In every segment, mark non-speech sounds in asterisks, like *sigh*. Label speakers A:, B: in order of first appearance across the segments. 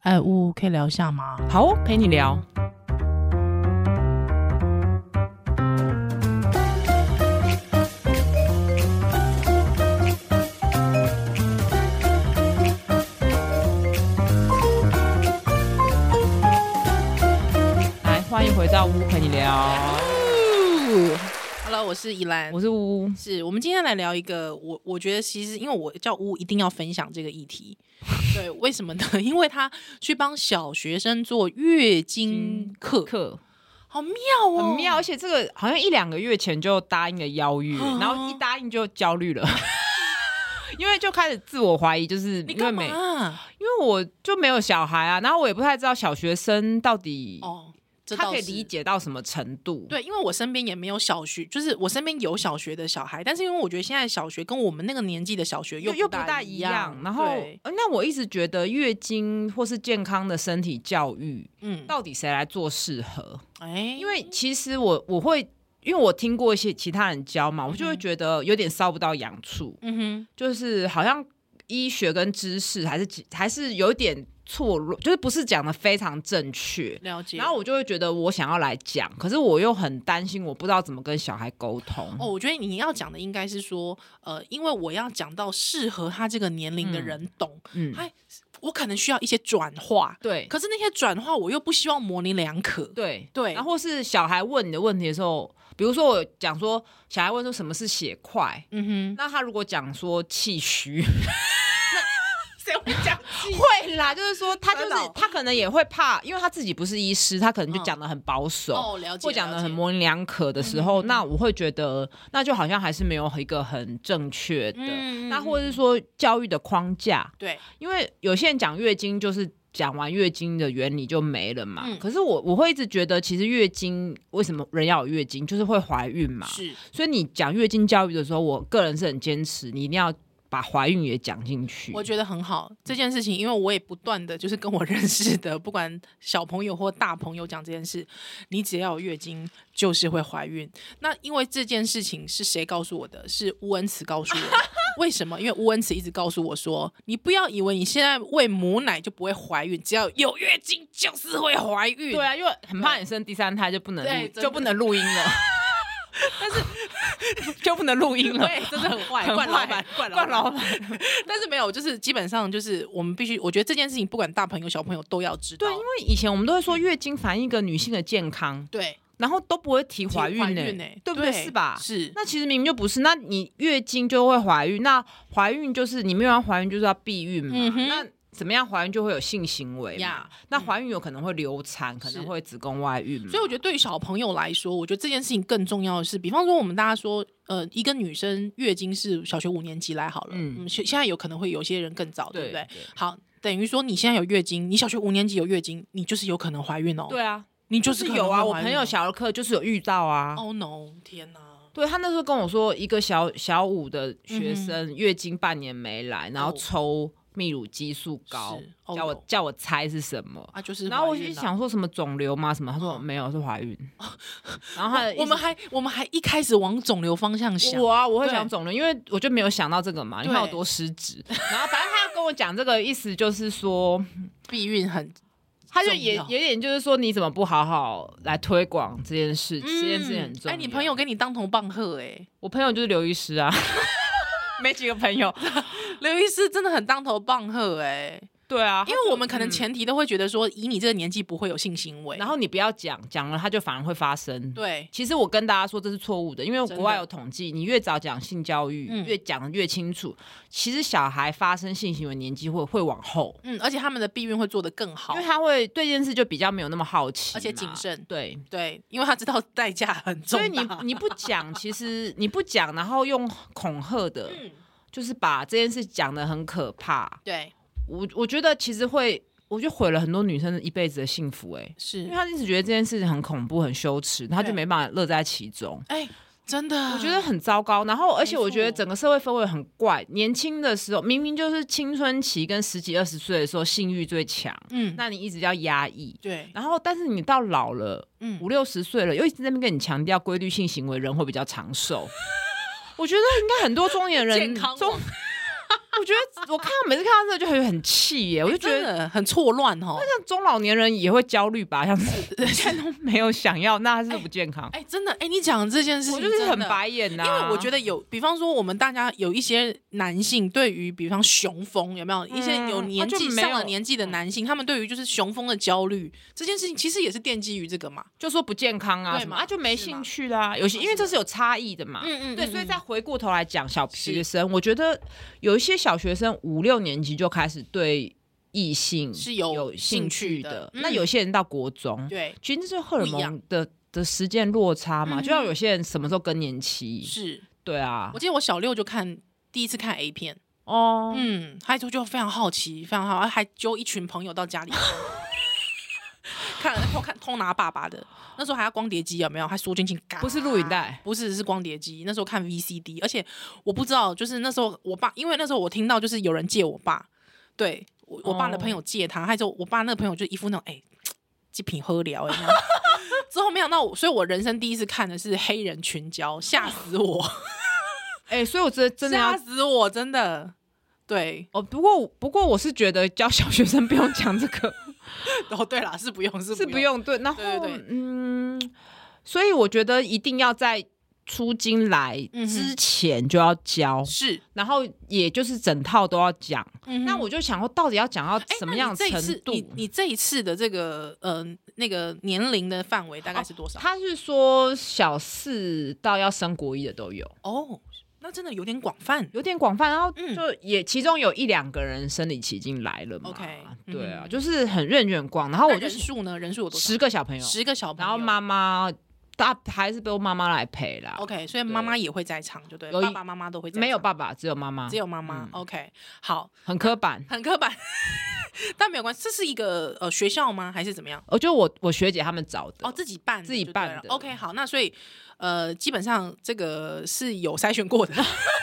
A: 哎，呜，可以聊一下吗？
B: 好哦，陪你聊。来，欢迎回到屋陪你聊，
A: Hello，我是依兰，
B: 我是屋。
A: 是我们今天来聊一个，我我觉得其实因为我叫乌，一定要分享这个议题。对，为什么呢？ *laughs* 因为他去帮小学生做月经课，
B: 课
A: 好妙哦，
B: 很妙，而且这个好像一两个月前就答应了
A: *gasps*
B: 邀约，
A: 啊
B: 然后一答应就焦虑了， *laughs* 因为就开始自我怀疑，就是
A: 你
B: 因为
A: 干
B: 每
A: 嘛？啊
B: 因为我就没有小孩啊，然后我也不太知道小学生到底
A: 哦，这
B: 他
A: 倒
B: 可以
A: 是
B: 理。解到什么程度。
A: 对，因为我身边也没有小学，就是我身边有小学的小孩，但是因为我觉得现在小学跟我们那个年纪的小学
B: 又
A: 又
B: 不
A: 大
B: 大一
A: 样
B: 样，，然后
A: 对
B: 呃那我一直觉得月经或是健康的身体教育，
A: 嗯，
B: 到底谁来做适合？
A: 哎，
B: 因为其实我我会，因为我听过一些其他人教嘛，我就会觉得有点烧不到痒处，
A: 嗯哼，
B: 就是好像医学跟知识还是还是有点错乱，就是不是讲的非常正确。
A: 了解。
B: 然后我就会觉得我想要来讲，可是我又很担心，我不知道怎么跟小孩沟通。
A: 哦，我觉得你要讲的应该是说，呃，因为我要讲到适合他这个年龄的人懂，
B: 嗯，
A: 哎，我可能需要一些转化，
B: 对
A: 可是那些转化我又不希望模棱两可，
B: 对
A: 对
B: 然后或是小孩问你的问题的时候，比如说我讲说，小孩问说什么是血块，
A: 嗯
B: 那他如果讲说气
A: *laughs*
B: 虚，
A: 哼， *laughs* 谁会讲气？
B: 会啦，就是说他就
A: 真的
B: 是
A: 哦
B: 他可能也会怕，因为他自己不是医师，他可能就
A: 嗯
B: 讲的很保守。
A: 哦，了解，
B: 或讲的
A: 了
B: 很
A: 解，嗯
B: 模棱两可的时候，那我会觉得，那就好像还是没有一个很正确的，
A: 嗯
B: 那或者是说教育的框架，
A: 对，
B: 因为有些人讲月经就是讲完月经的原理就没了嘛。
A: 嗯
B: 可是我我会一直觉得，其实月经为什么人要有月经，就是会怀孕嘛。
A: 嗯是
B: 所以你讲月经教育的时候，我个人是很坚持，你一定要把怀孕也讲进去。
A: 我觉得很好这件事情，因为我也不断的就是跟我认识的，不管小朋友或大朋友讲这件事，你只要有月经就是会怀孕。那因为这件事情是谁告诉我的？是乌恩慈告诉我的。为什么？因为乌恩慈一直告诉我说，你不要以为你现在喂母奶就不会怀孕，只要有月经就是会怀孕。
B: 对啊，因为很怕你生第三胎就不能
A: 对
B: 录，
A: 真的
B: 就不能录
A: *laughs*
B: 音了。但是就不能录音了，
A: 对，真的很坏，
B: 很
A: 惯老
B: 坏
A: 板，惯
B: 冠
A: 老
B: 老
A: *laughs* 板。但是没有，就是基本上就是我们必须，我觉得这件事情不管大朋友小朋友都要知道。
B: 对，因为以前我们都会说月经反映一个女性的健康，
A: 对，
B: 然后都不会提怀孕呢、
A: 呢、
B: 对不对？是吧？
A: 是，
B: 那其实明明就不是，那你月经就会怀孕，那怀孕就是你没有要怀孕就是要避孕嘛，
A: 嗯哼
B: 那怎么样怀孕就会有性行为嘛
A: 呀嗯
B: 那怀孕有可能会流产，可能会子宫外孕嘛，
A: 所以我觉得对于小朋友来说，我觉得这件事情更重要的是，比方说我们大家说，呃，一个女生月经是小学五年级来好了，
B: 嗯
A: 嗯，现现在有可能会有些人更早，对不
B: 对
A: 对？好，等于说你现在有月经，你小学五年级有月经，你就是有可能怀孕哦，，
B: 对啊，
A: 你就
B: 就是是
A: 可能
B: 有啊，
A: 会
B: 我
A: 怀
B: 朋
A: 孕
B: 友
A: 哦
B: 小儿科就是有遇到啊。
A: ，Oh no，天哪，
B: 对他那时候跟我说，一个小小五的学生月经半年没来，然后
A: 嗯哦
B: 抽泌乳激素膏
A: 是，哦
B: 叫
A: 哟
B: 我叫我猜是什么。
A: 啊，就是，
B: 然后我就。想说什么肿瘤吗？什么？他说
A: 嗯
B: 没有，是怀
A: *laughs*
B: 孕。然后他的意
A: 我
B: 思
A: 们还我们还一开始往肿瘤方向想，
B: 我啊，我会
A: 对
B: 想肿瘤，因为我就没有想到这个嘛。你看
A: 对
B: 我多失职。 *laughs* 然后反正他要跟我讲这个意思，就是说，
A: 避孕很
B: 他就也
A: 重要
B: 有点就是说，你怎么不好好来推广这件事？这件事情很重要。
A: 哎，你朋友，跟你当头棒喝哎、
B: 我朋友就是刘医师啊， *laughs* 没几个朋友。
A: 刘医师真的很当头棒喝哎、
B: 对啊，
A: 因为我们可能前提都会觉得说，以你这个年纪不会有性行为，
B: 然后你不要讲，讲了它就反而会发生。
A: 对，
B: 其实我跟大家说这是错误的，因为国外有统计，你越早讲性教育，
A: 嗯
B: 越讲的越清楚，其实小孩发生性行为年纪会会往后，
A: 嗯，而且他们的避孕会做得更好
B: 因为，他会对这件事就比较没有那么好奇，
A: 而且谨。慎，
B: 对，
A: 对，因为他知道代价很重
B: 所
A: 大，
B: 以你你不讲，其实 *laughs* 你不讲，然后用恐吓的，
A: 嗯，
B: 就是把这件事讲的很可怕。
A: 对，
B: 我我觉得其实会，我就毁了很多女生一辈子的幸福、欸。因为
A: 是，
B: 她一直觉得这件事情很恐怖、很羞耻，她
A: 嗯
B: 就
A: 对
B: 没办法乐在其中。
A: 哎，真的，
B: 我觉得很糟糕。然后，而且我觉得
A: 错
B: 整个社会氛围很怪。年轻的时候，明明就是青春期跟十几二十岁的时候，性欲最强，
A: 嗯，
B: 那你一直要压抑。
A: 对，
B: 然后，但是你到老了
A: 嗯
B: 五，六十岁了，又一直在那边跟你强调规律性行为，人会比较长寿。我觉得应该很多中年人
A: 健康哦
B: 中
A: 网。
B: *laughs* 我觉得我看到每次看到这个就很很气耶，我就觉
A: 真
B: 得
A: 的很错乱哦哈。
B: 像中老年人也会焦虑吧，像是
A: *laughs*
B: 现在都没有想要，那是不是不健康。
A: 哎、真的，哎、你讲这件事情
B: 我就是很
A: 真的
B: 白眼呐、
A: 因为我觉得有，比方说我们大家有一些男性对于，比方雄风有没有一些
B: 嗯
A: 有
B: 啊
A: 年
B: 就
A: 纪、
B: 没
A: 上了
B: 有嗯
A: 年纪的男性，他们对于就是雄风的焦虑这件事情，其实也是奠基于这个嘛。
B: 就说不健康啊
A: 对
B: 什么
A: 嘛
B: 啊就没
A: 是嘛哦
B: 兴趣啦、有些因为这是有差异的嘛，
A: 嗯
B: 对，所以再回过头来讲小学
A: 是
B: 生，我觉得有一些小学生五六年级就开始对异性
A: 是有
B: 兴
A: 兴
B: 趣
A: 趣的
B: 那
A: 嗯
B: 有些人到国中，
A: 对
B: 其实这是荷尔
A: 不一样
B: 蒙的的时间落差嘛，
A: 嗯
B: 就像有些人什么时候更年期，
A: 是
B: 对啊
A: 我，记得我小六就看第一次看 A 片，
B: 哦，
A: 嗯，他就就非常好奇，非常好，还揪一群朋友到 *laughs* 家里看偷看偷拿爸爸的，那时候还要光碟机有没有？还缩进去，嘎
B: 不是录影带，
A: 不是，是光碟机。那时候看 VCD，而且我不知道，就是那时候我爸，因为那时候我听到就是有人借我爸，对我我爸的朋友借他，还有我爸那个朋友就一副那种哎，这瓶喝聊哎。 *laughs* 之后没想到我，所以我人生第一次看的是黑人群交，吓死我， *laughs*
B: 哎、所以我觉得真的要
A: 吓死我，真的。对，
B: 哦，不过不过我是觉得教小学生不用讲这个。
A: *laughs* 哦，对啦，是不用， *laughs* 是
B: 是
A: 不
B: 不
A: 用，
B: 用对，然后
A: 对对对
B: 嗯，所以我觉得一定要在出京来
A: 嗯哼
B: 之前就要教，
A: 是。
B: 然后也就是整套都要讲。
A: 嗯
B: 那
A: 哼
B: 我就想说，到底要讲到
A: 哎
B: 什
A: 那
B: 么
A: 你
B: 样的
A: 这一
B: 程
A: 次
B: 度？
A: 你你这一次的这个呃那个年龄的范围大概是多少？
B: 他是说小四到要升国一的都有，
A: 哦，那真的有点广泛。
B: 有点广泛。然后
A: 嗯
B: 就也其中有一两个人生理期已经来了嘛
A: OK，
B: 对啊，
A: 嗯
B: 就是很认真逛。然后
A: 那
B: 我就
A: 人数呢？人数有多少？
B: 十个小朋友，
A: 十个小朋
B: 然
A: 友，
B: 后妈妈大还是都妈妈来陪啦。
A: OK，所以妈妈也会在场，就对了，
B: 有一
A: 爸爸妈妈都会在场，
B: 没有爸爸，只有妈妈，
A: 只有妈妈
B: 嗯。
A: OK，好，
B: 很刻板。
A: 很刻板，但没有关系，这是一个呃学校吗？还是怎么样？
B: 我觉得我我学姐他们找的，
A: 哦，自己办的就
B: 自
A: 对
B: 己
A: 了，
B: 办的
A: OK，好，那所以呃，基本上这个是有筛选过的， *laughs*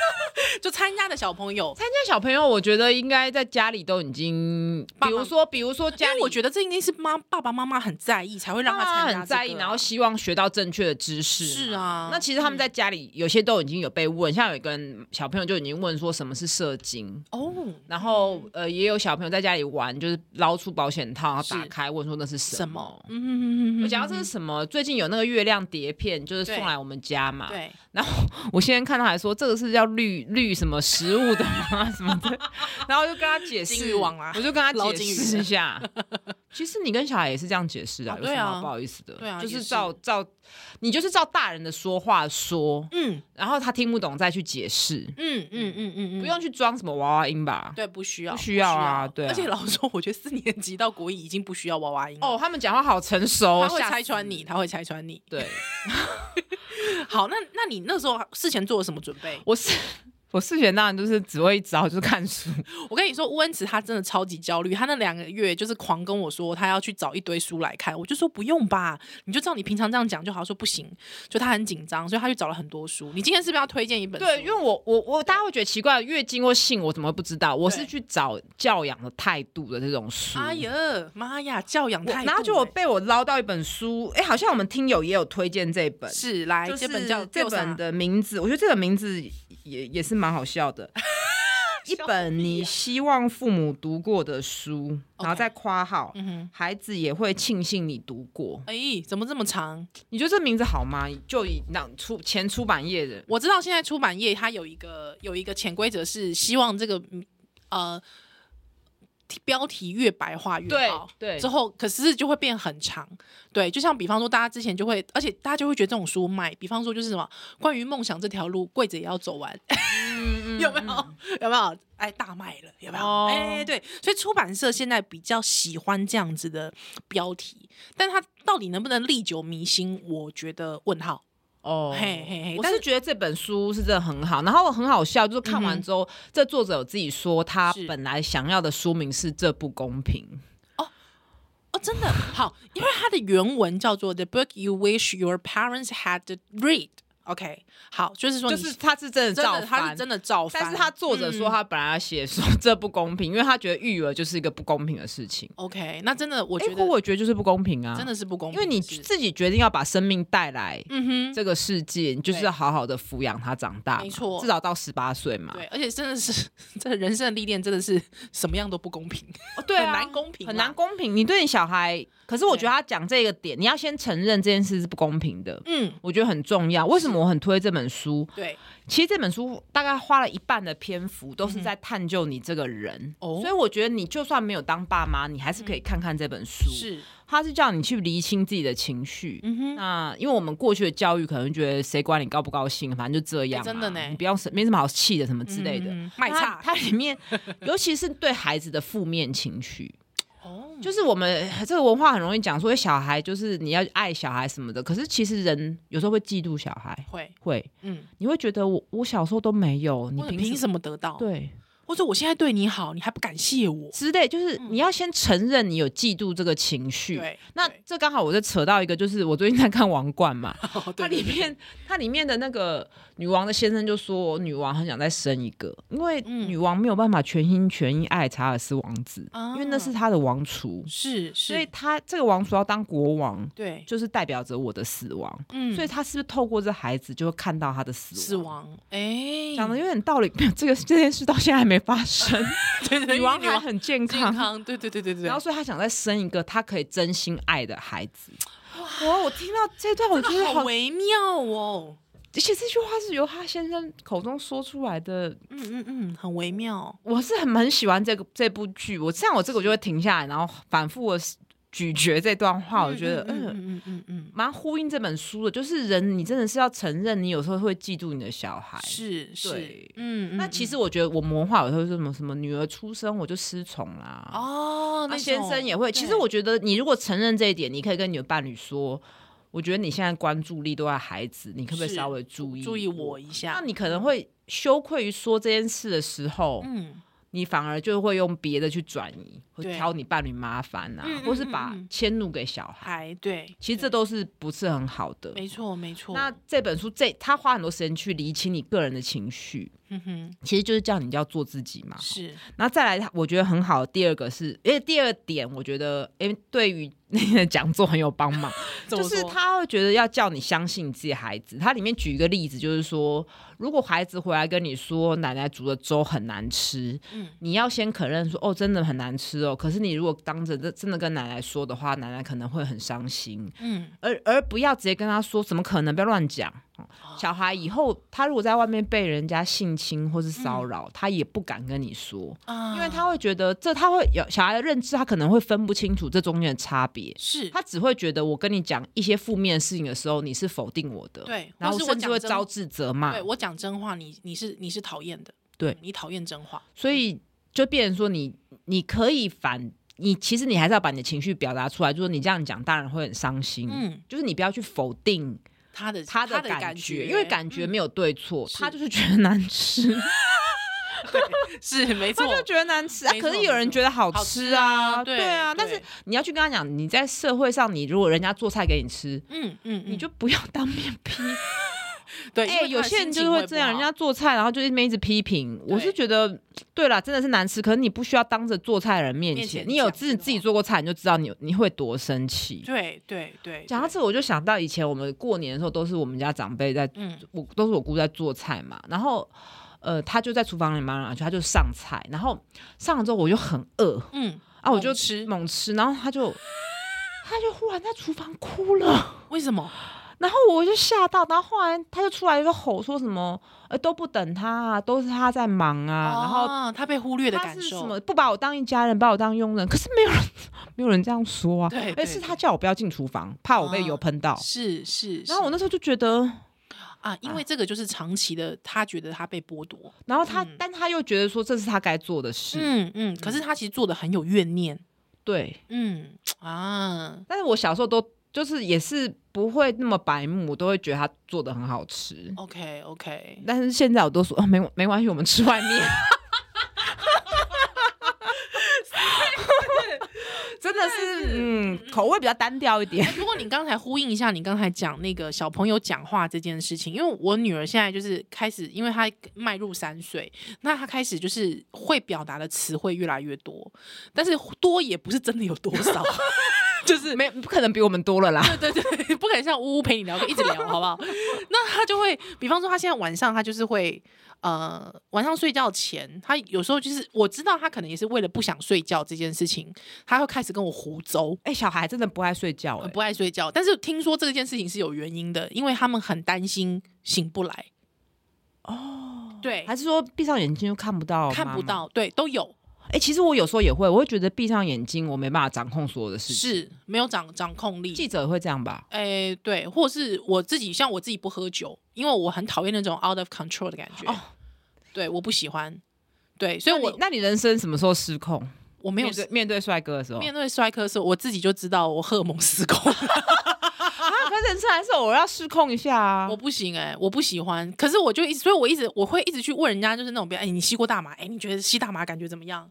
A: 就参加的小朋友，
B: 参加小朋友，我觉得应该在家里都已经，
A: 爸
B: 比如
A: 妈
B: 说比如说
A: 因
B: 家里，
A: 为我觉得这应该是妈爸爸妈妈很在意，才会让他
B: 妈妈
A: 参加这个啊、
B: 很在意，然后希望学到正确的知识。
A: 是。啊，
B: 那其实他们在家里有些都已经有被问，像有一个人小朋友就已经问说什么是射精，
A: 哦
B: 然后呃也有小朋友在家里玩，就是捞出保险套，然后
A: 是
B: 打开问说那是
A: 什
B: 什
A: 么
B: 么？。
A: 嗯，
B: 我讲到这是什么？最近有那个月亮碟片，就是
A: 对
B: 送来我们家嘛。
A: 对，
B: 然后我先生看到还说这个是叫绿绿什么食物的吗？ *laughs* 什么的，然后我就跟他解释，
A: 金鱼网啊
B: 我就跟他
A: 捞
B: 解
A: 金鱼
B: 释
A: *laughs*
B: 一下。其实你跟小孩也是这样解释啊，
A: 哦
B: 有什
A: 对
B: 么
A: 啊
B: 好不好意思的？
A: 对啊
B: 就
A: 也
B: 是
A: 是
B: 照照，你就是照大人的说话说，
A: 嗯
B: 然后他听不懂再去解释，
A: 嗯嗯嗯嗯嗯，
B: 不用去装什么娃娃音吧？
A: 对，不需要，
B: 不需要啊对啊
A: 而且老实说，我觉得四年级到国一已经不需要娃娃音了，
B: 哦，他们讲话好成熟，
A: 他会
B: 吓
A: 拆
B: 死
A: 穿你，他会拆穿你。
B: 对，
A: 好，那那你那时候事前做了什么准
B: *gasps*
A: 备？
B: *laughs* 我是。我事前当然就是只会找就是看书，
A: 我跟你说，乌恩慈他真的超级焦虑，他那两个月就是狂跟我说他要去找一堆书来看，我就说不用吧，你就照你平常这样讲就好。他说不行，就他很紧张，所以他去找了很多书。你今天是不是要推荐一本书？
B: 对，因为我我我大家会觉得奇怪，月经或性我怎么会不知道？我是
A: 对
B: 去找教养的态度的这种书。
A: 哎呀妈呀，教养
B: 我
A: 态度欸、
B: 然后就我被我捞到一本书，哎、好像我们听友也有推荐这本，
A: 是来、
B: 就是
A: 这本叫
B: 这本，的名字，我觉得这本名字也也是蛮好笑 *laughs* 的。一本你啊希望父母读过的书，然后
A: OK
B: 再括号，
A: 嗯哼，
B: 孩子也会庆幸你读过。
A: 哎、怎么这么长？
B: 你觉得这名字好吗？就以那出前出版业的
A: 我知道现在出版业它有一个有一个潜规则是希望这个嗯呃题标题越白话越好。
B: 对
A: 之后，可是就会变很长，对，就像比方说，大家之前就会，而且大家就会觉得这种书卖，比方说就是什么关于梦想这条路，柜子也要走完， *laughs* 有没有？有没有？哎，大卖了，有没有？
B: 嗯哦
A: 哎，对，所以出版社现在比较喜欢这样子的标题，但它到底能不能历久弥新，我觉得问号。
B: 哦
A: 嘿嘿嘿
B: 我
A: 但
B: 是
A: 是
B: 觉得这本书是真的很好，然后很好笑，就是看完之后，这作者有自己说，他
A: 是
B: 本来想要的书名是《这不公平》，
A: 哦，真的好，因为它的原文叫做 "The book you wish your parents had read"。 OK，好，就是说
B: 就
A: 你
B: 是他是真的
A: 真
B: 造
A: 的，他
B: 反
A: 是真的造反，
B: 但是他作者
A: 嗯
B: 说他本来要写说 *laughs* 这不公平，因为他觉得育儿就是一个不公平的事情。
A: OK，那真的我
B: 我
A: 觉得
B: 我觉得就是不公平啊，
A: 真的是不公
B: 因
A: 平
B: 为
A: 的事，
B: 你自己决定要把生命带来
A: 嗯
B: 这个世界，你就是
A: 对
B: 要好好的抚养他长大嘛，
A: 没错
B: 至少到十八岁嘛
A: 哼，。对，而且真的是这人生的历练真的是什么样都不公平，
B: 哦对啊
A: 很难公平啦，
B: 很难公平。你对你小孩，可是我觉得他讲这个点，你要先承认这件事是不公平的。
A: 嗯，
B: 我觉得很重要。为什么我很推这本书？
A: 对，
B: 其实这本书大概花了一半的篇幅都是在探究你这个人，
A: 嗯哦嗯
B: 所以我觉得你就算没有当爸妈，你还是可以看看这本书。，
A: 是，
B: 它是叫你去厘清自己的情绪。
A: 嗯哼，
B: 那因为我们过去的教育可能觉得谁管你高不高兴，反正就这样、啊
A: 哎真的呢
B: 你不要生没什么好气的什么之类的。
A: 嗯嗯嗯卖
B: 它
A: 差
B: 它里面尤其是对孩子的负面情绪，
A: 哦，
B: 就是我们这个文化很容易讲说小孩就是你要爱小孩什么的，可是其实人有时候会嫉妒小孩，
A: 会，
B: 会
A: 嗯，
B: 你会觉得我我小时候都没有，你
A: 或者
B: 凭
A: 凭
B: 什么
A: 什么得到？，
B: 对
A: 或者我现在对你好，你还不感谢我？
B: 之类？就是你要先承认你有嫉妒这个情绪。
A: 嗯对，
B: 那
A: 对
B: 这刚好我就扯到一个，就是我最近在看《王冠》嘛，
A: 哦
B: 它
A: 对
B: 里
A: 对对
B: 面它里面的那个女王的先生就说，女王很想再生一个，因为
A: 嗯
B: 女王没有办法全心全意爱查尔斯王子，
A: 啊
B: 因为那是她的王储，
A: 是是，
B: 所以她这个王储要当国王，
A: 对，
B: 就是代表着我的死亡，
A: 嗯，
B: 所以她是不是透过这孩子就会看到他的死
A: 死亡，哎，
B: 啊讲
A: *laughs*
B: 的有点道理， *laughs* 没有这个这件事到现在还没发生，
A: 对对对
B: 女王还很健
A: 健
B: 康，
A: 康，对对对对对，
B: 然后所以她想再生一个她可以真心爱的孩子。哇！我听到这段，我觉得好
A: 好，微妙哦，
B: 而且这句话是由她先生口中说出来的。
A: 嗯嗯嗯，很微妙，
B: 我是很很喜欢这个这部剧，我像我这个我就会停下来，然后反复的咀嚼这段话，我觉得
A: 嗯
B: 嗯。
A: 嗯嗯嗯
B: 蛮呼应这本书的，就是人，你真的是要承认，你有时候会嫉妒你的小孩
A: 嗯，。是是
B: 对，
A: 嗯，
B: 那
A: 嗯
B: 其
A: 嗯
B: 实我觉得我们文化有时候是什么什么，女儿出生我就失宠啦，
A: 哦，那
B: 那啊先生
A: 种
B: 也会。其实
A: 对
B: 我觉得，你如果承认这一点，你可以跟你的伴侣说，我觉得你现在关注力都在孩子，你可不可以
A: 是
B: 稍微注意
A: 注意我？一下，
B: 那你可能会羞愧于说这件事的时候，
A: 嗯
B: 你反而就会用别的去转移，会
A: 对
B: 挑你伴侣麻烦啊，
A: 嗯嗯
B: 或是把
A: 嗯嗯
B: 迁怒给小孩。
A: 还对，
B: 其实
A: 对
B: 这都是不是很好的。
A: 没错没错，
B: 那这本书这他花很多时间去理清你个人的情绪，
A: 嗯哼
B: 其实就是叫你要做自己嘛。
A: 是
B: 然后再来，他我觉得很好。第二个是，因为第二点，我觉得，因为对于那个讲座很有帮忙， *laughs* 就是他会觉得要叫你相信你自己孩子。他里面举一个例子，就是说，如果孩子回来跟你说奶奶煮的粥很难吃，
A: 嗯
B: 你要先肯认说，哦，真的很难吃哦。可是你如果当着这真的跟奶奶说的话，奶奶可能会很伤心。
A: 嗯
B: 而而不要直接跟他说，怎么可能？不要乱讲。哦小孩以后他如果在外面被人家性侵或是骚扰，他也不敢跟你说。
A: 啊，
B: 因为他会觉得这他会有小孩的认知，他可能会分不清楚这中间的差别，
A: 是
B: 他只会觉得我跟你讲一些负面的事情的时候，你是否定我的，
A: 对
B: 然后
A: 或是我
B: 甚至
A: 讲
B: 会
A: 真
B: 招致责骂
A: 对，我讲真话，你你是你是讨厌的，
B: 对
A: 嗯你讨厌真话，
B: 所以就变成说你你可以反你，其实你还是要把你的情绪表达出来，就是你这样讲，当然会很伤心，
A: 嗯，
B: 就是你不要去否定
A: 他的
B: 他的
A: 的
B: 感
A: 觉，嗯
B: 因为感觉嗯没有对错，
A: 是
B: 他就是觉得难吃，
A: 嗯是没错
B: 他，就觉得难吃啊。
A: 没错
B: 可是有人觉得好吃
A: 好
B: 啊，
A: 吃啊对
B: 对啊。
A: 对
B: 但是你要去跟他讲，你在社会上，你如果人家做菜给你吃，
A: 嗯嗯，
B: 你
A: 嗯
B: 就不要当面批。
A: 对，因
B: 哎、
A: 为
B: 有
A: 他的
B: 些人
A: 心
B: 就
A: 情
B: 是
A: 会
B: 会
A: 不
B: 这样，人
A: 好
B: 家做菜然后就一边一直批评。我
A: 对
B: 是觉得，对啦，真的是难吃。可是你不需要当着做菜的人面前，
A: 面前
B: 你有
A: 讲
B: 自
A: 这种
B: 自己做过菜，你就知道你你会多生气。
A: 对对对，
B: 讲到
A: 对
B: 这，我就想到以前我们过年的时候，都是我们家长辈在
A: 嗯
B: 我都是我姑在做菜嘛，然后呃，她就在厨房里忙来忙去，她就上菜，然后上了之后我就很饿
A: 嗯，
B: 啊，我就
A: 猛吃
B: 猛吃，然后她就她就忽然在厨房哭了， *laughs*
A: 为什么？
B: 然后我就吓到，然后后来她就出来就吼说什么，呃，都不等她啊，都是她在忙啊，然后。
A: 啊他被忽略的
B: 她
A: 感
B: 是什
A: 受，
B: 么？不把我当一家人，把我当佣人。可是没有人， *laughs* 没有人这样说啊。
A: 对
B: 而
A: 对
B: 是
A: 对
B: 她叫我不要进厨房，怕我被
A: 啊
B: 油喷到。
A: 是是，
B: 然后我
A: 是
B: 那时候就觉得，
A: 啊，因为这个就是长期的，他觉得他被剥夺，
B: 然后他，
A: 嗯
B: 但他又觉得说这是他该做的事，
A: 嗯嗯，可是他其实做的很有怨念，
B: 对。
A: 嗯啊，
B: 但是我小时候都就是也是不会那么白目，我都会觉得他做的很好吃。
A: OK OK，
B: 但是现在我都说哦，没没关系，我们吃 *laughs* 外面。真的是嗯，口味比较单调一点。 *laughs*
A: *laughs* 如果你刚才呼应一下，你刚才讲那个小朋友讲话这件事情，因为我女儿现在就是开始，因为她迈入三岁，那她开始就是会表达的词汇越来越多，但是多也不是真的有多少。 *laughs* 就是
B: 没不可能比我们多了啦，
A: 对对对，不可能像呜呜陪你聊，一直聊好不好？那他就会，比方说他现在晚上他就是会，呃，晚上睡觉前，他有时候就是我知道他可能也是为了不想睡觉这件事情，他会开始跟我胡诌。
B: 哎、小孩真的不爱睡觉、哎、
A: 不爱睡觉，但是听说这件事情是有原因的，因为他们很担心醒不来。哦，对，
B: 哎还是说闭上眼睛就看不到
A: 看不
B: 哦妈妈？
A: 到，对，都有。
B: 哎、其实我有时候也会，我会觉得闭上眼睛，我没办法掌控所有的事情。
A: 是没有掌掌控力，
B: 记者也会这样吧？
A: 哎、对，或是我自己，像我自己不喝酒，因为我很讨厌那种 out of control 的感觉。
B: 哦
A: 对，我不喜欢。对，所以
B: 那
A: 我
B: 你那你人生什么时候失控？
A: 我没有
B: 面对面对帅哥的时候，
A: 面对摔科的时候，我自己就知道我荷尔蒙失控，
B: 啊，可是人生还是我要失控一下啊
A: 我！不行哎、我不喜欢。可是我就一直，所以我一直我会一直去问人家，就是那种，比如哎，你吸过大麻？哎，你觉得吸大麻感觉怎么样？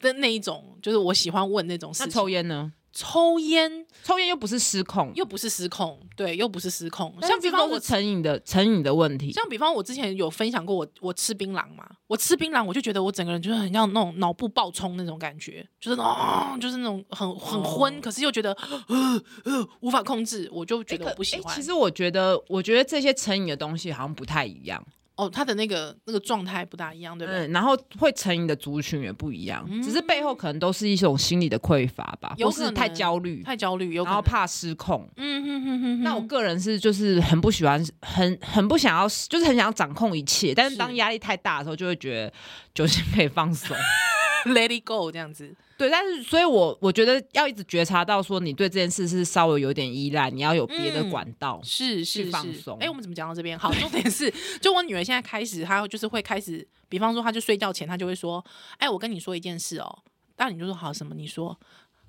A: 的那一种，就是我喜欢问那种事
B: 那
A: 情。
B: 抽烟呢？
A: 抽烟
B: 抽烟又不是失控，
A: 又不是失控，对，又不是失控。
B: 但
A: 像
B: 是
A: 比
B: 这
A: 方
B: 都
A: 我
B: 是成瘾的成瘾的问题。
A: 像比方我之前有分享过我，我吃槟榔嘛，我吃槟榔我就觉得我整个人就是很像那种脑部爆冲那种感觉，就是那种啊、就是那种很很昏，可是又觉得呃呃无法控制，我就觉得我不喜
B: 哦诶
A: 欢。
B: 其实我觉得，我觉得这些成瘾的东西好像不太一样，
A: 哦，他的那个那个状态不大一样，对不对？嗯
B: 嗯，然后会成瘾的族群也不一样，只是背后可能都是一种心理的匮乏吧，
A: 有
B: 或
A: 可能
B: 是太焦虑，
A: 太焦虑，有可
B: 然后
A: 能。
B: 怕失控。
A: 嗯哼哼哼哼，
B: 那我个人是就是很不喜欢，很很不想要，就是很想掌控一切，但是
A: 是
B: 当压力太大的时候，就会觉得酒精可以放松。 *laughs*
A: let it go 这样子，
B: 对，但是所以我我觉得要一直觉察到说你对这件事是稍微有点依赖，你要有别的
A: 嗯
B: 管道。
A: 是是
B: 去
A: 是
B: 放松
A: 哎、我们怎么讲到这边？好，重点是，就我女儿现在开始，她就是会开始，比方说，她就睡觉前，她就会说：“哎、我跟你说一件事哦。”那你就说好什么？你说。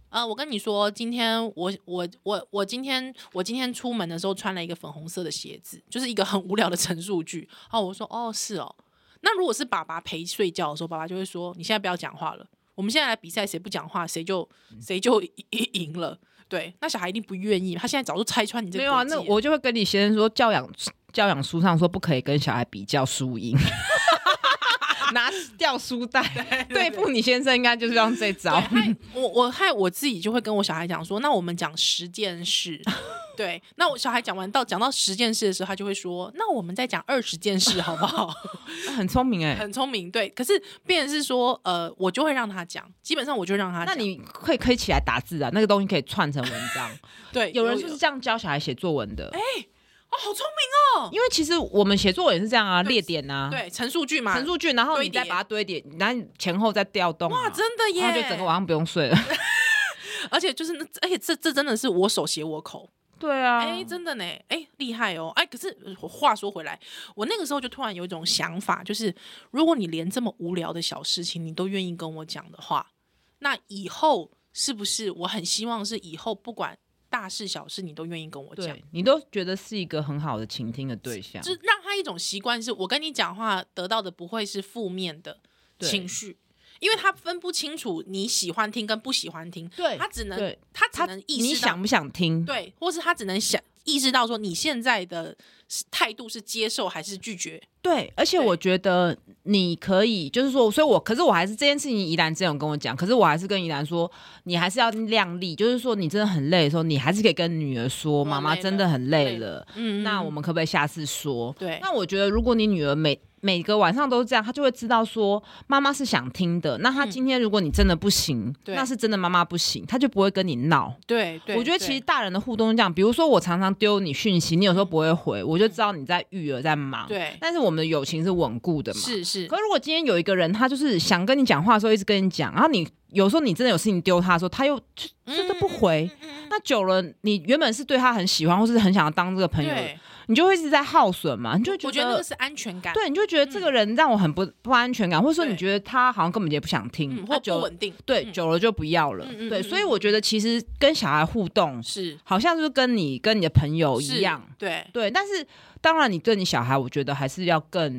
A: 呃，我跟你说，今天我我我我今天我今天出门的时候穿了一个粉红色的鞋子，就是一个很无聊的陈述句。哦，我说哦是哦。那如果是爸爸陪睡觉的时候，爸爸就会说：“你现在不要讲话了，我们现在来比赛，谁不讲话谁就谁就赢赢了。”对，那小孩一定不愿意，他现在早就拆穿你这个
B: 没有
A: 国
B: 啊，
A: 际
B: 那
A: 了
B: 我就会跟你先生说，教养教养书上说不可以跟小孩比较输赢， *laughs* 拿掉书
A: *laughs*
B: 袋对付你先生，应该就是用这招
A: 对，。害我我害我自己就会跟我小孩讲说，那我们讲十件事，对，那我小孩讲完到讲到十件事的时候，他就会说，那我们再讲二十件事好不好？ *laughs*
B: 很聪明哎、
A: 很聪明，对。可是变成是说，呃，我就会让他讲，基本上我就让他
B: 那
A: 讲。
B: 你可以可以起来打字啊，那个东西可以串成文
A: *laughs*
B: 章。
A: 对
B: 有人
A: 就
B: 就是这样教小孩写作文的，
A: 哦，好聪
B: 因为其实我们写作文也是这样啊，列点啊，
A: 明，对，陈述句嘛，
B: 陈述句，然后
A: 堆
B: 你再
A: 叠
B: 把它堆叠，然后前后再调动、啊。
A: 哇，真的
B: 然
A: 耶！
B: 后就整个晚上不用睡了。 *laughs*
A: 而且就是那，而且这这真的是我手写我口，
B: 对啊
A: 哎、真的呢，哎、厉害哦，哎、可是呃话说回来，我那个时候就突然有一种想法，就是如果你连这么无聊的小事情你都愿意跟我讲的话，那以后是不是我很希望是以后不管大事小事你都愿意跟我讲
B: 对，你都觉得是一个很好的倾听的对象。
A: 就是让他一种习惯，是我跟你讲话得到的不会是负面的
B: 对
A: 情绪。因为他分不清楚你喜欢听跟不喜欢听，
B: 对
A: 他只能
B: 对
A: 他只
B: 他
A: 能意识到
B: 你想不想听？
A: 对，或是他只能想意识到说你现在的是态度是接受还是拒绝，
B: 对，而且
A: 对
B: 我觉得你可以，就是说，所以我，可是我还是这件事情，怡兰之前有跟我讲，可是我还是跟怡兰说，你还是要量力，就是说，你真的很累的时候，你还是可以跟女儿说，
A: 我
B: 妈妈
A: 累
B: 真
A: 了
B: 的很
A: 累
B: 累了，
A: 嗯
B: 那我们可不可以下次说？
A: 对
B: 那我觉得如果你女儿每每个晚上都这样，她就会知道说妈妈是想听的。那她今天如果你真的不行，
A: 嗯对
B: 那是真的妈妈不行，她就不会跟你闹。
A: 对对，
B: 我觉得其
A: 对
B: 实大人的互动是这样，比如说我常常丢你讯息，你有时候不会回，我就知道你在育儿在忙。
A: 对
B: 但是我们的友情是稳固的嘛。。
A: 是是
B: 可，是如果今天有一个人，他就是想跟你讲话的时候一直跟你讲，然后你有时候你真的有事情丢他的时候，他又就就
A: 嗯
B: 都不回。那久了，你原本是对他很喜欢，或是很想要当这个朋友的
A: 对，
B: 你就会一直在耗损嘛，你就会
A: 我觉得那个是安全感，
B: 对，你就会觉得这个人让我很不不安全感，或者说
A: 对
B: 你觉得他好像根本也不想听，
A: 嗯，
B: 他
A: 或不
B: 久了
A: 稳定
B: 对、
A: 嗯
B: 久了就不要了，
A: 嗯嗯
B: 对，
A: 嗯
B: 所以我觉得其实跟小孩互动，
A: 是
B: 好像就是跟你跟你的朋友
A: 是
B: 一样，
A: 对
B: 对，但是当然你对你小孩，我觉得还是要更，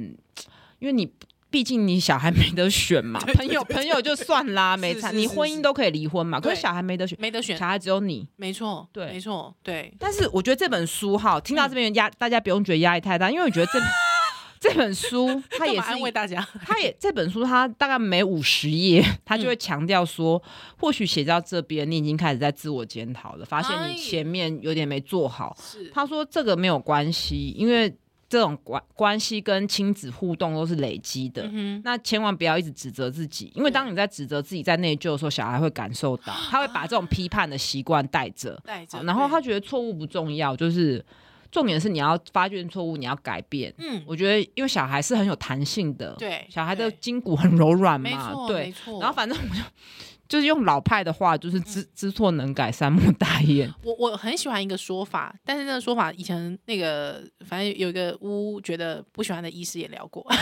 B: 因为你毕竟你小孩没得选嘛，
A: 对对
B: 朋友朋友就算啦，没差，
A: 是是
B: 你
A: 是
B: 婚姻都可以离婚嘛，可是
A: 对
B: 小孩没得选，
A: 没得选
B: 小，孩只有你。
A: 没错，
B: 对
A: 没错，对，
B: 但是我觉得这本书哈，听
A: 嗯
B: 到这边压，大家不用觉得压力太大，因为我觉得这
A: *laughs*
B: 这本书它
A: 干
B: 也
A: 嘛
B: 是
A: 安慰大
B: *laughs*
A: 家，嗯
B: 他也这本书，他大概每五十页，他就会强调说，或许写到这边，你已经开始在自我检讨了，发现
A: 哎
B: 你前面有点没做好。
A: 是
B: 他说这个没有关系，因为这种关关系跟亲子互动都是累积的。
A: 嗯哼，
B: 那千万不要一直指责自己，因为当你在指责自己、在内疚的时候，小孩会感受到，他会把这种批判的习惯
A: *gasps*
B: 带着。
A: 带着，
B: 好然后他
A: 对
B: 觉得错误不重要，就是重点是你要发现错误，你要改变。
A: 嗯，
B: 我觉得，因为小孩是很有弹性的，
A: 对，
B: 小孩的
A: 对
B: 筋骨很柔软
A: 没
B: 嘛，
A: 错，
B: 对
A: 没。错，嗯
B: 然后反正我就就是用老派的话，就是知知错能改，善莫
A: *laughs*
B: 大焉。
A: 我我很喜欢一个说法，但是那个说法以前那个反正有一个呜觉得不喜欢的医师也聊过。
B: 干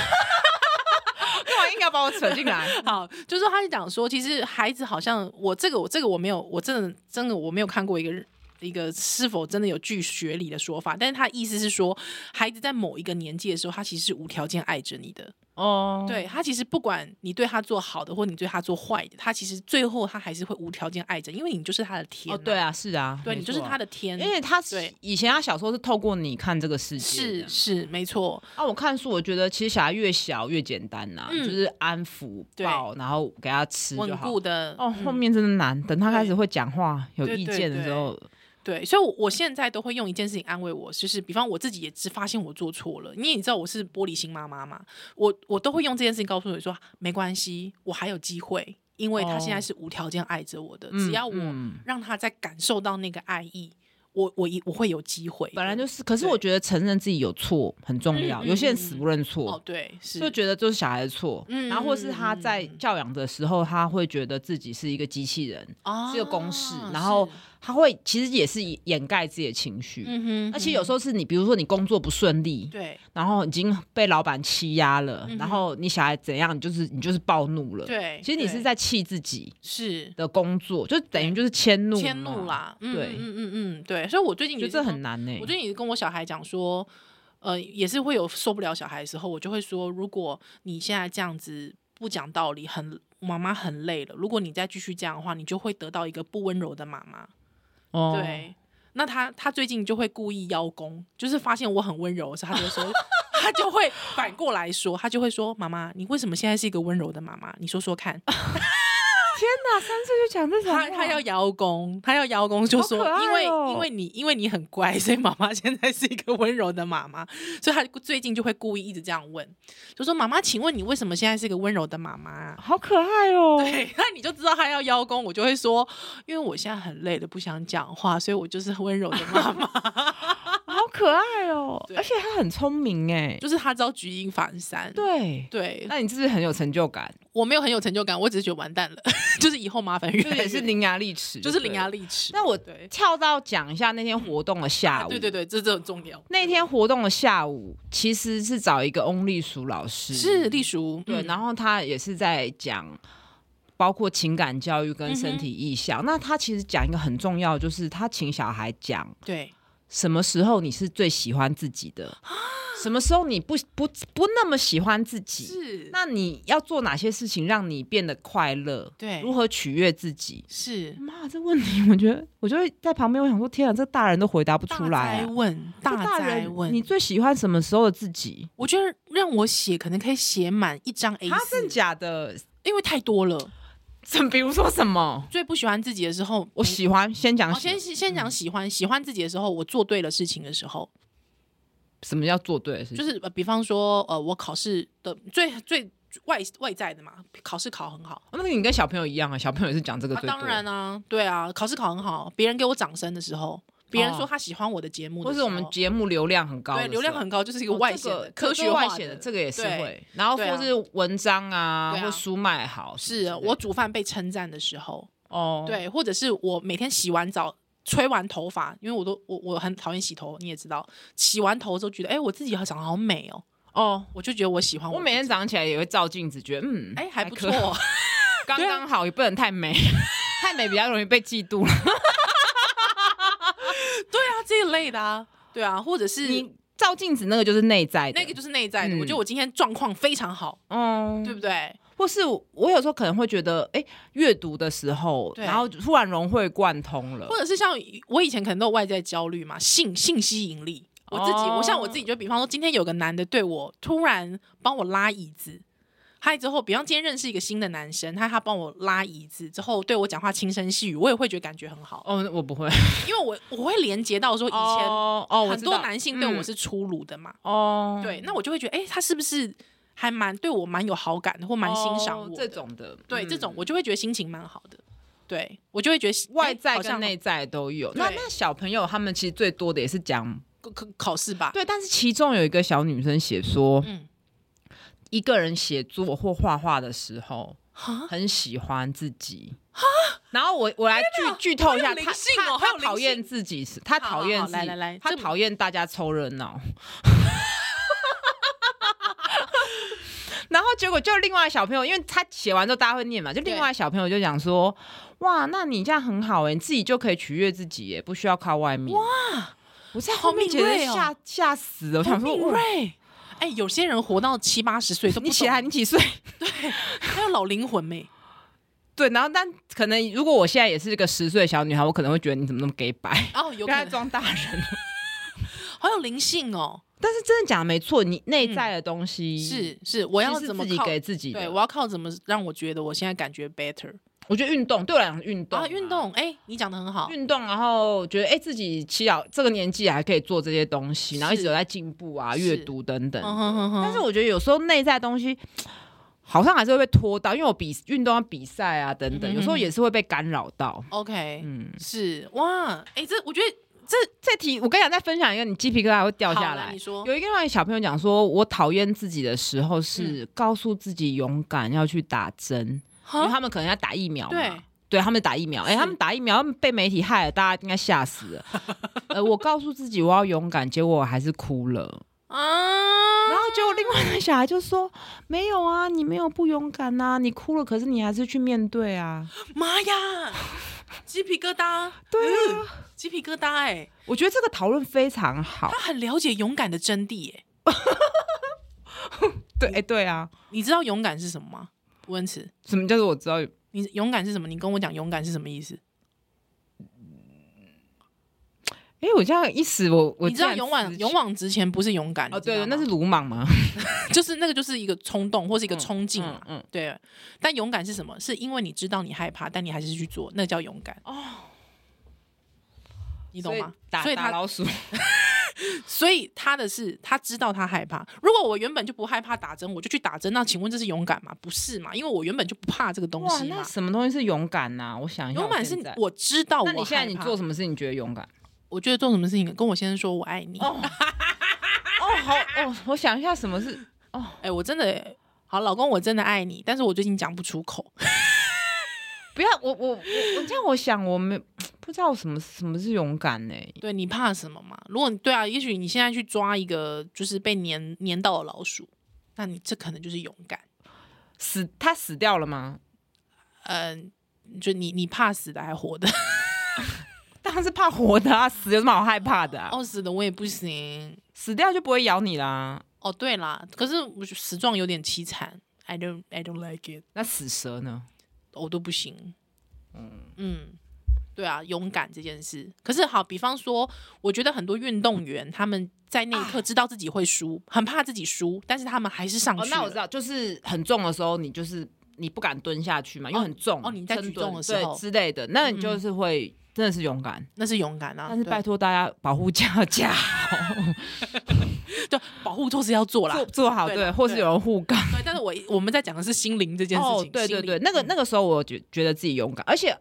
B: 嘛硬要把我扯进来？
A: *laughs* 好，就是说他是讲说，其实孩子好像我这个我这个我没有，我真的真的我没有看过一个一个是否真的有据学理的说法，但是他意思是说，孩子在某一个年纪的时候，他其实是无条件爱着你的，
B: 哦，，
A: 对他其实不管你对他做好的或你对他做坏的，他其实最后他还是会无条件爱着，因为你就是他的天、
B: 哦，对，啊，是啊，
A: 对
B: 没
A: 你就是
B: 错
A: 他。的天，
B: 因为他
A: 对
B: 以前他小时候是透过你看这个世界的，
A: 是是没错，
B: 啊，我看书我觉得其实小孩越小越简单呐、
A: 嗯
B: 就是安抚
A: 对
B: 抱，然后给他吃
A: 稳
B: 嗯就好
A: 固。的
B: 哦，后
A: 嗯
B: 面真的难，等他开始
A: 对
B: 会讲话、有
A: 对
B: 意
A: 对
B: 见的
A: 对
B: 时候，
A: 对，所以我，我现在都会用一件事情安慰我，就是比方我自己也只发现我做错了，因为你知道我是玻璃心妈妈嘛，我我都会用这件事情告诉你说，没关系，我还有机会，因为他现在
B: 哦
A: 是无条件爱着我的，
B: 嗯
A: 只要我
B: 嗯
A: 让他在感受到那个爱意，我我一我会有机会的。
B: 本来就是，可是
A: 对
B: 我觉得承认自己有错很重要。
A: 嗯嗯
B: 有些人
A: 嗯
B: 死
A: 嗯
B: 不认错，
A: 哦，对，是
B: 就觉得就是小孩的错，
A: 嗯
B: 然后或是他在
A: 嗯嗯嗯
B: 教养的时候，他会觉得自己是一个机器人，
A: 啊
B: 是个公式，然后
A: 是
B: 他会其实也是掩盖自己的情绪。
A: 嗯哼，
B: 而且有时候是你，比如说你工作不顺利，
A: 对
B: 然后已经被老板欺压了，
A: 嗯哼
B: 然后你小孩怎样，你就是你就是暴怒了。，
A: 对，
B: 其实你是
A: 对
B: 在气自己
A: 是
B: 的工作，就等于就是迁怒，
A: 迁怒。啦，嗯
B: 对
A: 嗯嗯嗯嗯，对，所以我最近
B: 我
A: 也
B: 觉
A: 是
B: 得这
A: 刚
B: 很难欸呢、
A: 我最近也跟我小孩讲说，呃，也是会有受不了小孩的时候，我就会说，如果你现在这样子不讲道理，很妈妈很累了。如果你再继续这样的话，你就会得到一个不温柔的妈妈。
B: 哦，
A: 对，那他他最近就会故意邀功，就是发现我很温柔的时候，他就说。 *laughs* 他就会反过来说，他就会说：“妈妈，你为什么现在是一个温柔的妈妈？你说说看。
B: 那三岁就讲这种
A: 他他要邀功，他要邀功，就
B: 好
A: 说、
B: 可爱
A: 因为
B: 哦
A: 因为你因为你很乖，所以妈妈现在是一个温柔的妈妈，所以他最近就会故意一直这样问，就说妈妈，请问你为什么现在是一个温柔的妈妈啊？
B: 好可爱哦、
A: 对， *laughs* 那你就知道他要邀功，我就会说，因为我现在很累了，不想讲话，所以我就是温柔的妈
B: *laughs*
A: 妈。
B: 好可爱哦、
A: 对
B: 而且他很聪明哎，
A: 就是他知道举一反三。
B: 对。
A: 对，
B: 那你是不是很有成就感？
A: 我没有很有成就感，我只是觉得完
B: *laughs*
A: 蛋了，就是以后麻烦
B: 就
A: 越
B: 是
A: 来
B: 也
A: 越
B: 是伶牙俐齿，
A: 就是伶牙
B: 俐。
A: 俐齿。
B: 那我
A: 对
B: 跳到讲一下那天活动的下午，
A: 对对对，这这很重要。
B: 那天活动的下午其实是找一个翁丽淑老师，
A: 是隶属嗯
B: 嗯对，然后他也是在讲。包括情感教育跟身体意
A: 嗯
B: 向，那他其实讲一个很重要，就是他请小孩讲
A: 对，
B: 什么时候你是最喜欢自己的，
A: 啊
B: 什么时候你不不不那么喜欢自己，
A: 是
B: 那你要做哪些事情让你变得快乐？
A: 对
B: 如何取悦自己？
A: 是
B: 妈，这问题我觉得，我就会在旁边，我想说，天啊，这大人都回答不出来、
A: 大灾
B: 啊。
A: 问，
B: 这
A: 大灾
B: 人，
A: 问。
B: 你最喜欢什么时候的自己？
A: 我觉得让我写可能可以写满一张 A
B: 他真
A: 四，
B: 假的？
A: 因为太多了。
B: 怎比如说什么？
A: 最不喜欢自己的时候，
B: 我
A: 喜
B: 喜欢先讲
A: 哦，
B: 喜，
A: 先先
B: 嗯
A: 讲喜欢，喜欢自己的时候，我做对了事情的时候，
B: 什么叫做对的事情？
A: 就是呃比方说，呃，我考试的最最外外在的嘛，考试考很好，
B: 哦那个你跟小朋友一样啊，小朋友也是讲这个
A: 啊，
B: 最多。
A: 当然啊，对啊，考试考很好，别人给我掌声的时候，别人
B: 哦
A: 说他喜欢我的节目的
B: 或
A: 时
B: 是
A: 候，
B: 我们节目流量很高的时
A: 对
B: 候，
A: 流量很高，就是一
B: 哦
A: 个外
B: 这
A: 显的、
B: 个
A: 科
B: 这
A: 学
B: 个外
A: 化
B: 显的，
A: 的，
B: 这个也是
A: 对
B: 会。然后
A: 对
B: 或
A: 啊
B: 是文章啊，
A: 对啊
B: 或书卖好什么之类
A: 是啊
B: 的，
A: 我煮饭被称赞的时候，
B: 哦，
A: 对，或者是我每天洗完澡、吹完头发，因为我都我我很讨厌洗头，你也知道，洗完头之后觉得，哎、我自己好长得好美哦，
B: 哦，
A: 我就觉得我喜欢
B: 我
A: 我。
B: 每天早上起来也会照镜子，觉得嗯，
A: 哎、还不 *laughs*
B: 可
A: 错，
B: 刚
A: 对啊
B: 刚好，也不能
A: *laughs*
B: 太美，太美比较容易被嫉妒了。
A: 对啊，这一类的啊，对啊，或者是
B: 你照镜子那个就是内在的，
A: 那个就是内在的。
B: 嗯
A: 我觉得我今天状况非常好，
B: 嗯，
A: 对不对？
B: 或是我有时候可能会觉得，哎、阅读的时候，
A: 对
B: 然后突然融会贯通了
A: 或，者是像我以前可能都有外在焦虑嘛，性性吸引力。我自己，
B: 哦
A: 我像我自己，就比方说，今天有个男的对我突然帮我拉椅子，嗨之后，比方今天认识一个新的男生，他他帮我拉椅子之后，对我讲话轻声细语，我也会觉得感觉很好，
B: 哦，我不会，
A: 因为我我会连接到说以前
B: 哦哦，我
A: 很
B: 知
A: 多
B: 道
A: 男性对我
B: 嗯
A: 是粗鲁的嘛，
B: 哦，
A: 对，那我就会觉得，哎、他是不是还蛮对我蛮有好感的，或蛮欣赏我
B: 哦
A: 的、
B: 这种的，
A: 对，
B: 嗯
A: 这种我就会觉得心情蛮好的。对我就会觉得
B: 外
A: 诶
B: 在
A: 好像
B: 跟内在都有。那
A: 对
B: 那小朋友他们其实最多的也是讲
A: 考考考试吧，
B: 对，但是其中有一个小女生写说，
A: 嗯
B: 一个人写作或画画的时候，
A: 哈
B: 很喜欢自己。然后我我来剧剧透一
A: 好有
B: 下，他
A: 灵性哦好有
B: 他他
A: 灵
B: 讨厌
A: 性
B: 自己是，他
A: 好好
B: 讨厌
A: 好
B: 自
A: 来
B: 己
A: 来来
B: 他
A: 这么
B: 讨厌大家凑热闹。 *laughs* 然后结果就另外小朋友，因为他写完之后大家会念嘛，就另
A: 对
B: 外小朋友就讲说：“哇，那你这样很好哎、你自己就可以取悦自己耶、不需要靠外面。”哇，我在后
A: 好
B: 面
A: 敏
B: 觉得
A: 锐哦
B: 吓啊吓死了，我
A: 好
B: 想说
A: 敏
B: 哇
A: 锐。哎、有些人活到七八十岁都不
B: *laughs* 你起来，
A: 懂
B: 你几岁？
A: 还有老灵魂哎没？
B: 对，然后但可能如果我现在也是个十岁小女孩，我可能会觉得你怎么那么 gay 白，
A: 哦，有
B: 跟
A: 可
B: 他
A: 能
B: 装大人。
A: 好有灵性哦。
B: *laughs* 但是真的讲的没错，你内在的东西、
A: 是是，我
B: 我
A: 要怎么
B: 自己
A: 靠？
B: 给自己
A: 对，
B: 的。
A: 我要靠怎么让我觉得我现在感觉 better
B: 我觉得运动对我来讲，运动
A: 啊？运。动，哎、你讲的很好。
B: 运动，然后觉得哎、自己七老这个年纪还可以做这些东西，然后一直有在进步啊，
A: 是
B: 阅读等等。
A: 嗯哼哼哼
B: 但是我觉得有时候内在的东西好像还是会被拖到，因为我比运动要比赛啊等等，
A: 嗯哼
B: 有时候也是会被干扰到。
A: OK，、
B: 嗯，
A: 是哇，哎、这我觉得
B: 这题我跟你讲，再分享一个，你鸡皮疙瘩会掉
A: 好
B: 下
A: 来
B: 来
A: 你。说
B: 有一个让小朋友讲说，我讨厌自己的时候
A: 嗯
B: 是告诉自己勇敢要去打针，因为
A: 哈
B: 他们可能要打疫苗嘛。
A: 啊对
B: 对他们打疫苗，哎、
A: 是
B: 他们打疫苗，他们被媒体害了，大家应该吓死
A: *laughs*
B: 了。呃，我告诉自己我要勇敢，结果我还是哭了。然
A: 啊，
B: 后结果另外一个小孩就说：“没有啊，你没有不勇敢呐、你哭了，可是你还是去面对啊。
A: 妈
B: *laughs*
A: 呀，鸡皮疙瘩，”嗯
B: 对啊，
A: 鸡皮疙瘩、哎，
B: 我觉得这个讨论非常好
A: 他。很了解勇敢的真谛、哎，
B: 对，哎、对啊，
A: 你知道勇敢是什么吗？吴文慈，
B: 什么叫做我知道？
A: 你勇敢是什么？你跟我讲勇敢是什么意思？
B: 哎、我这样一时我我
A: 你知道
B: 竟然
A: 勇往
B: 死
A: 勇往直前不是勇敢
B: 哦，对对，
A: 你知道
B: 那
A: 吗
B: 是鲁莽吗？
A: 就是那个就是一个冲动或是一个冲劲嘛
B: 嗯，嗯，
A: 对。但勇敢是什么？是因为你知道你害怕，但你还是去做，那叫勇敢哦。你
B: 你
A: 懂吗？
B: 打
A: 所以
B: 打
A: 他 *laughs*
B: 老鼠，
A: 所以他的是他知道他害怕。如果我原本就不害怕打针，我就去打针，那请问这是勇敢吗？不是嘛，因为我原本就不怕这个东
B: 哇，
A: 西
B: 那
A: 嘛。
B: 什么东西是勇敢呐、我想一下，
A: 勇敢是
B: 现在
A: 我知道我
B: 那你现在你做
A: 么？
B: 什么事你觉
A: *laughs*
B: 得勇敢？
A: 我觉得做什么事情跟我先生说我爱你。
B: 哦哦，好哦，我想一下什么是
A: 哎、我真的好，老公，我真的爱你，但是我最近讲不出口。 *laughs*
B: 不要我我我我这样我想我没不知道什么什么是勇敢呢、
A: 对你怕什么嘛？如果你对啊，也许你现在去抓一个就是被粘粘到的老鼠，那你这可能就是勇敢。
B: 死他死掉了吗？
A: 嗯、就你你怕死的还活 *laughs* 的，
B: 当然是怕活的啊，死有什么好害怕的、啊？
A: 哦，死的我也不行。
B: 死掉就不会咬你啦。
A: 哦，对啦，可是我觉得死状有点凄惨，I don't I don't like it，
B: 那死蛇呢？
A: 我都不行。嗯嗯，对啊，勇敢这件事。可是好，比方说，我觉得很多运动员他们在那
B: 啊
A: 一刻知道自己会输，很怕自己输，但是他们还是上去
B: 哦
A: 了。，
B: 那我知道，就是很重的时候，你就是你不敢蹲下去嘛，因为很重。
A: 哦你在举重的时候
B: 对之类的，嗯那你就是会、真的是勇敢。
A: 那是勇敢啊。
B: 但是
A: 对
B: 拜托大家保护 *laughs* 家家，
A: 对，保护措施要做啦。
B: 做做好
A: 对
B: 对，
A: 啦
B: 或是
A: 对
B: 有人护杠。
A: *laughs* 对，但是我我们在讲的是心灵这件事情。
B: 哦对对
A: 心灵嗯
B: 对，那个那个时候我觉觉得自己勇敢，而且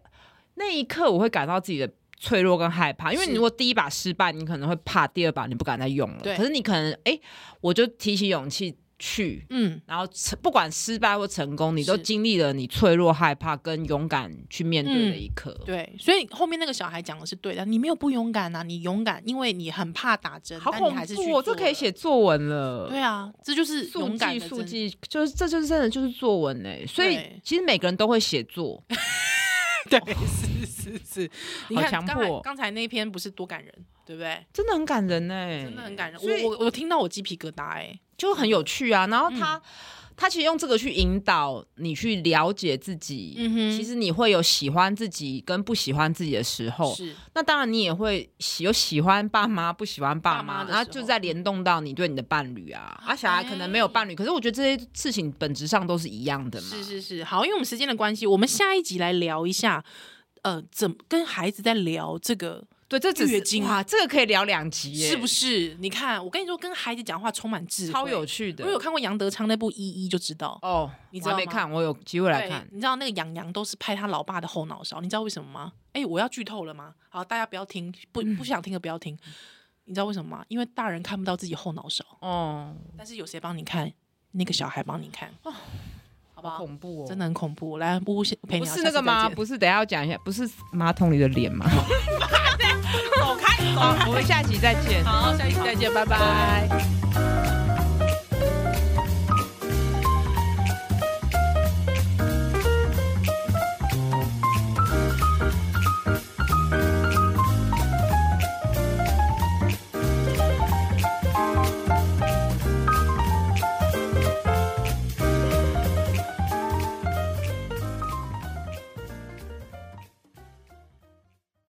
B: 那一刻我会感到自己的脆弱跟害怕，因为
A: 是
B: 你如果第一把失败，你可能会怕第二把你不敢再用了。
A: 对
B: 可是你可能哎、我就提起勇气去。
A: 嗯，
B: 然后成不管失败或成功，你都
A: 是
B: 经历了你脆弱、害怕跟勇敢去面对的一刻。
A: 嗯对，所以后面那个小孩讲的是对的，你没有不勇敢啊，你勇敢，因为你很怕打针，
B: 好
A: 但
B: 恐
A: 你还是去
B: 怖、哦，这
A: 做
B: 可以
A: 了。
B: 写作文了。
A: 对啊，这就是
B: 速
A: 勇敢
B: 记
A: 的
B: 速
A: 真
B: 记，就是这就是真的就是作文哎、所以
A: 对
B: 其实每个人都会写作，
A: *laughs* 对，是是是，你
B: 好
A: 看
B: 强
A: 刚
B: 迫
A: 才
B: 哦
A: 刚才那篇不是多感人，对不对？
B: 真的很感人哎，
A: 真的很感人，
B: 所以
A: 我我嗯我听到我鸡皮疙瘩哎、
B: 就很有趣啊。然后他、他其实用这个去引导你去了解自己，
A: 嗯哼
B: 其实你会有喜欢自己跟不喜欢自哦己的啊时候。
A: 是
B: 那当然，你也会喜有喜欢爸妈，不喜欢爸
A: 爸妈
B: 妈，
A: 的时候哎
B: 然后就在联动到你对你的伴侣啊，啊，小孩可能没有伴侣，可是我觉得这些事情本质上都是一样的嘛。
A: 是是是，好，因为我们时间的关系，我们下一集来聊一下，呃，怎么跟孩子在聊这个
B: 对，这只
A: 月
B: 是
A: 经
B: 哇，这个可以聊两集耶，
A: 是不是？你看，我跟你说，跟孩子讲话充满智慧，
B: 超有。趣的
A: 我？有看过杨德昌那部《一一》就知道，
B: 哦，
A: 你
B: 你
A: 知道
B: 还没
A: 吗
B: 看，我有机会来
A: 对
B: 看，。
A: 你知道那个杨洋都是拍他老爸的后脑勺，你知道为什么吗？哎、我要剧透了吗？好，大家不要听，不不想听的不要听。你知道为什么吗？因为大人看不到自己后脑勺，
B: 哦，
A: 但是有谁帮你看？那个小孩帮你看，好不好？
B: 恐怖哦，
A: 真的很恐怖。来，不陪你
B: 不是那个吗？不是，等一下要讲一下，不是马桶里的脸吗？
A: 走开，走
B: 好，我们下期再见。
A: 好，下一期再见，拜拜。